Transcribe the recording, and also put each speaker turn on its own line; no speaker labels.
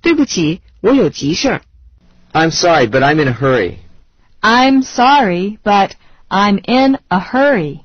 对不起，我有急事儿。
I'm sorry, but I'm in a hurry.
I'm sorry, but I'm in a hurry.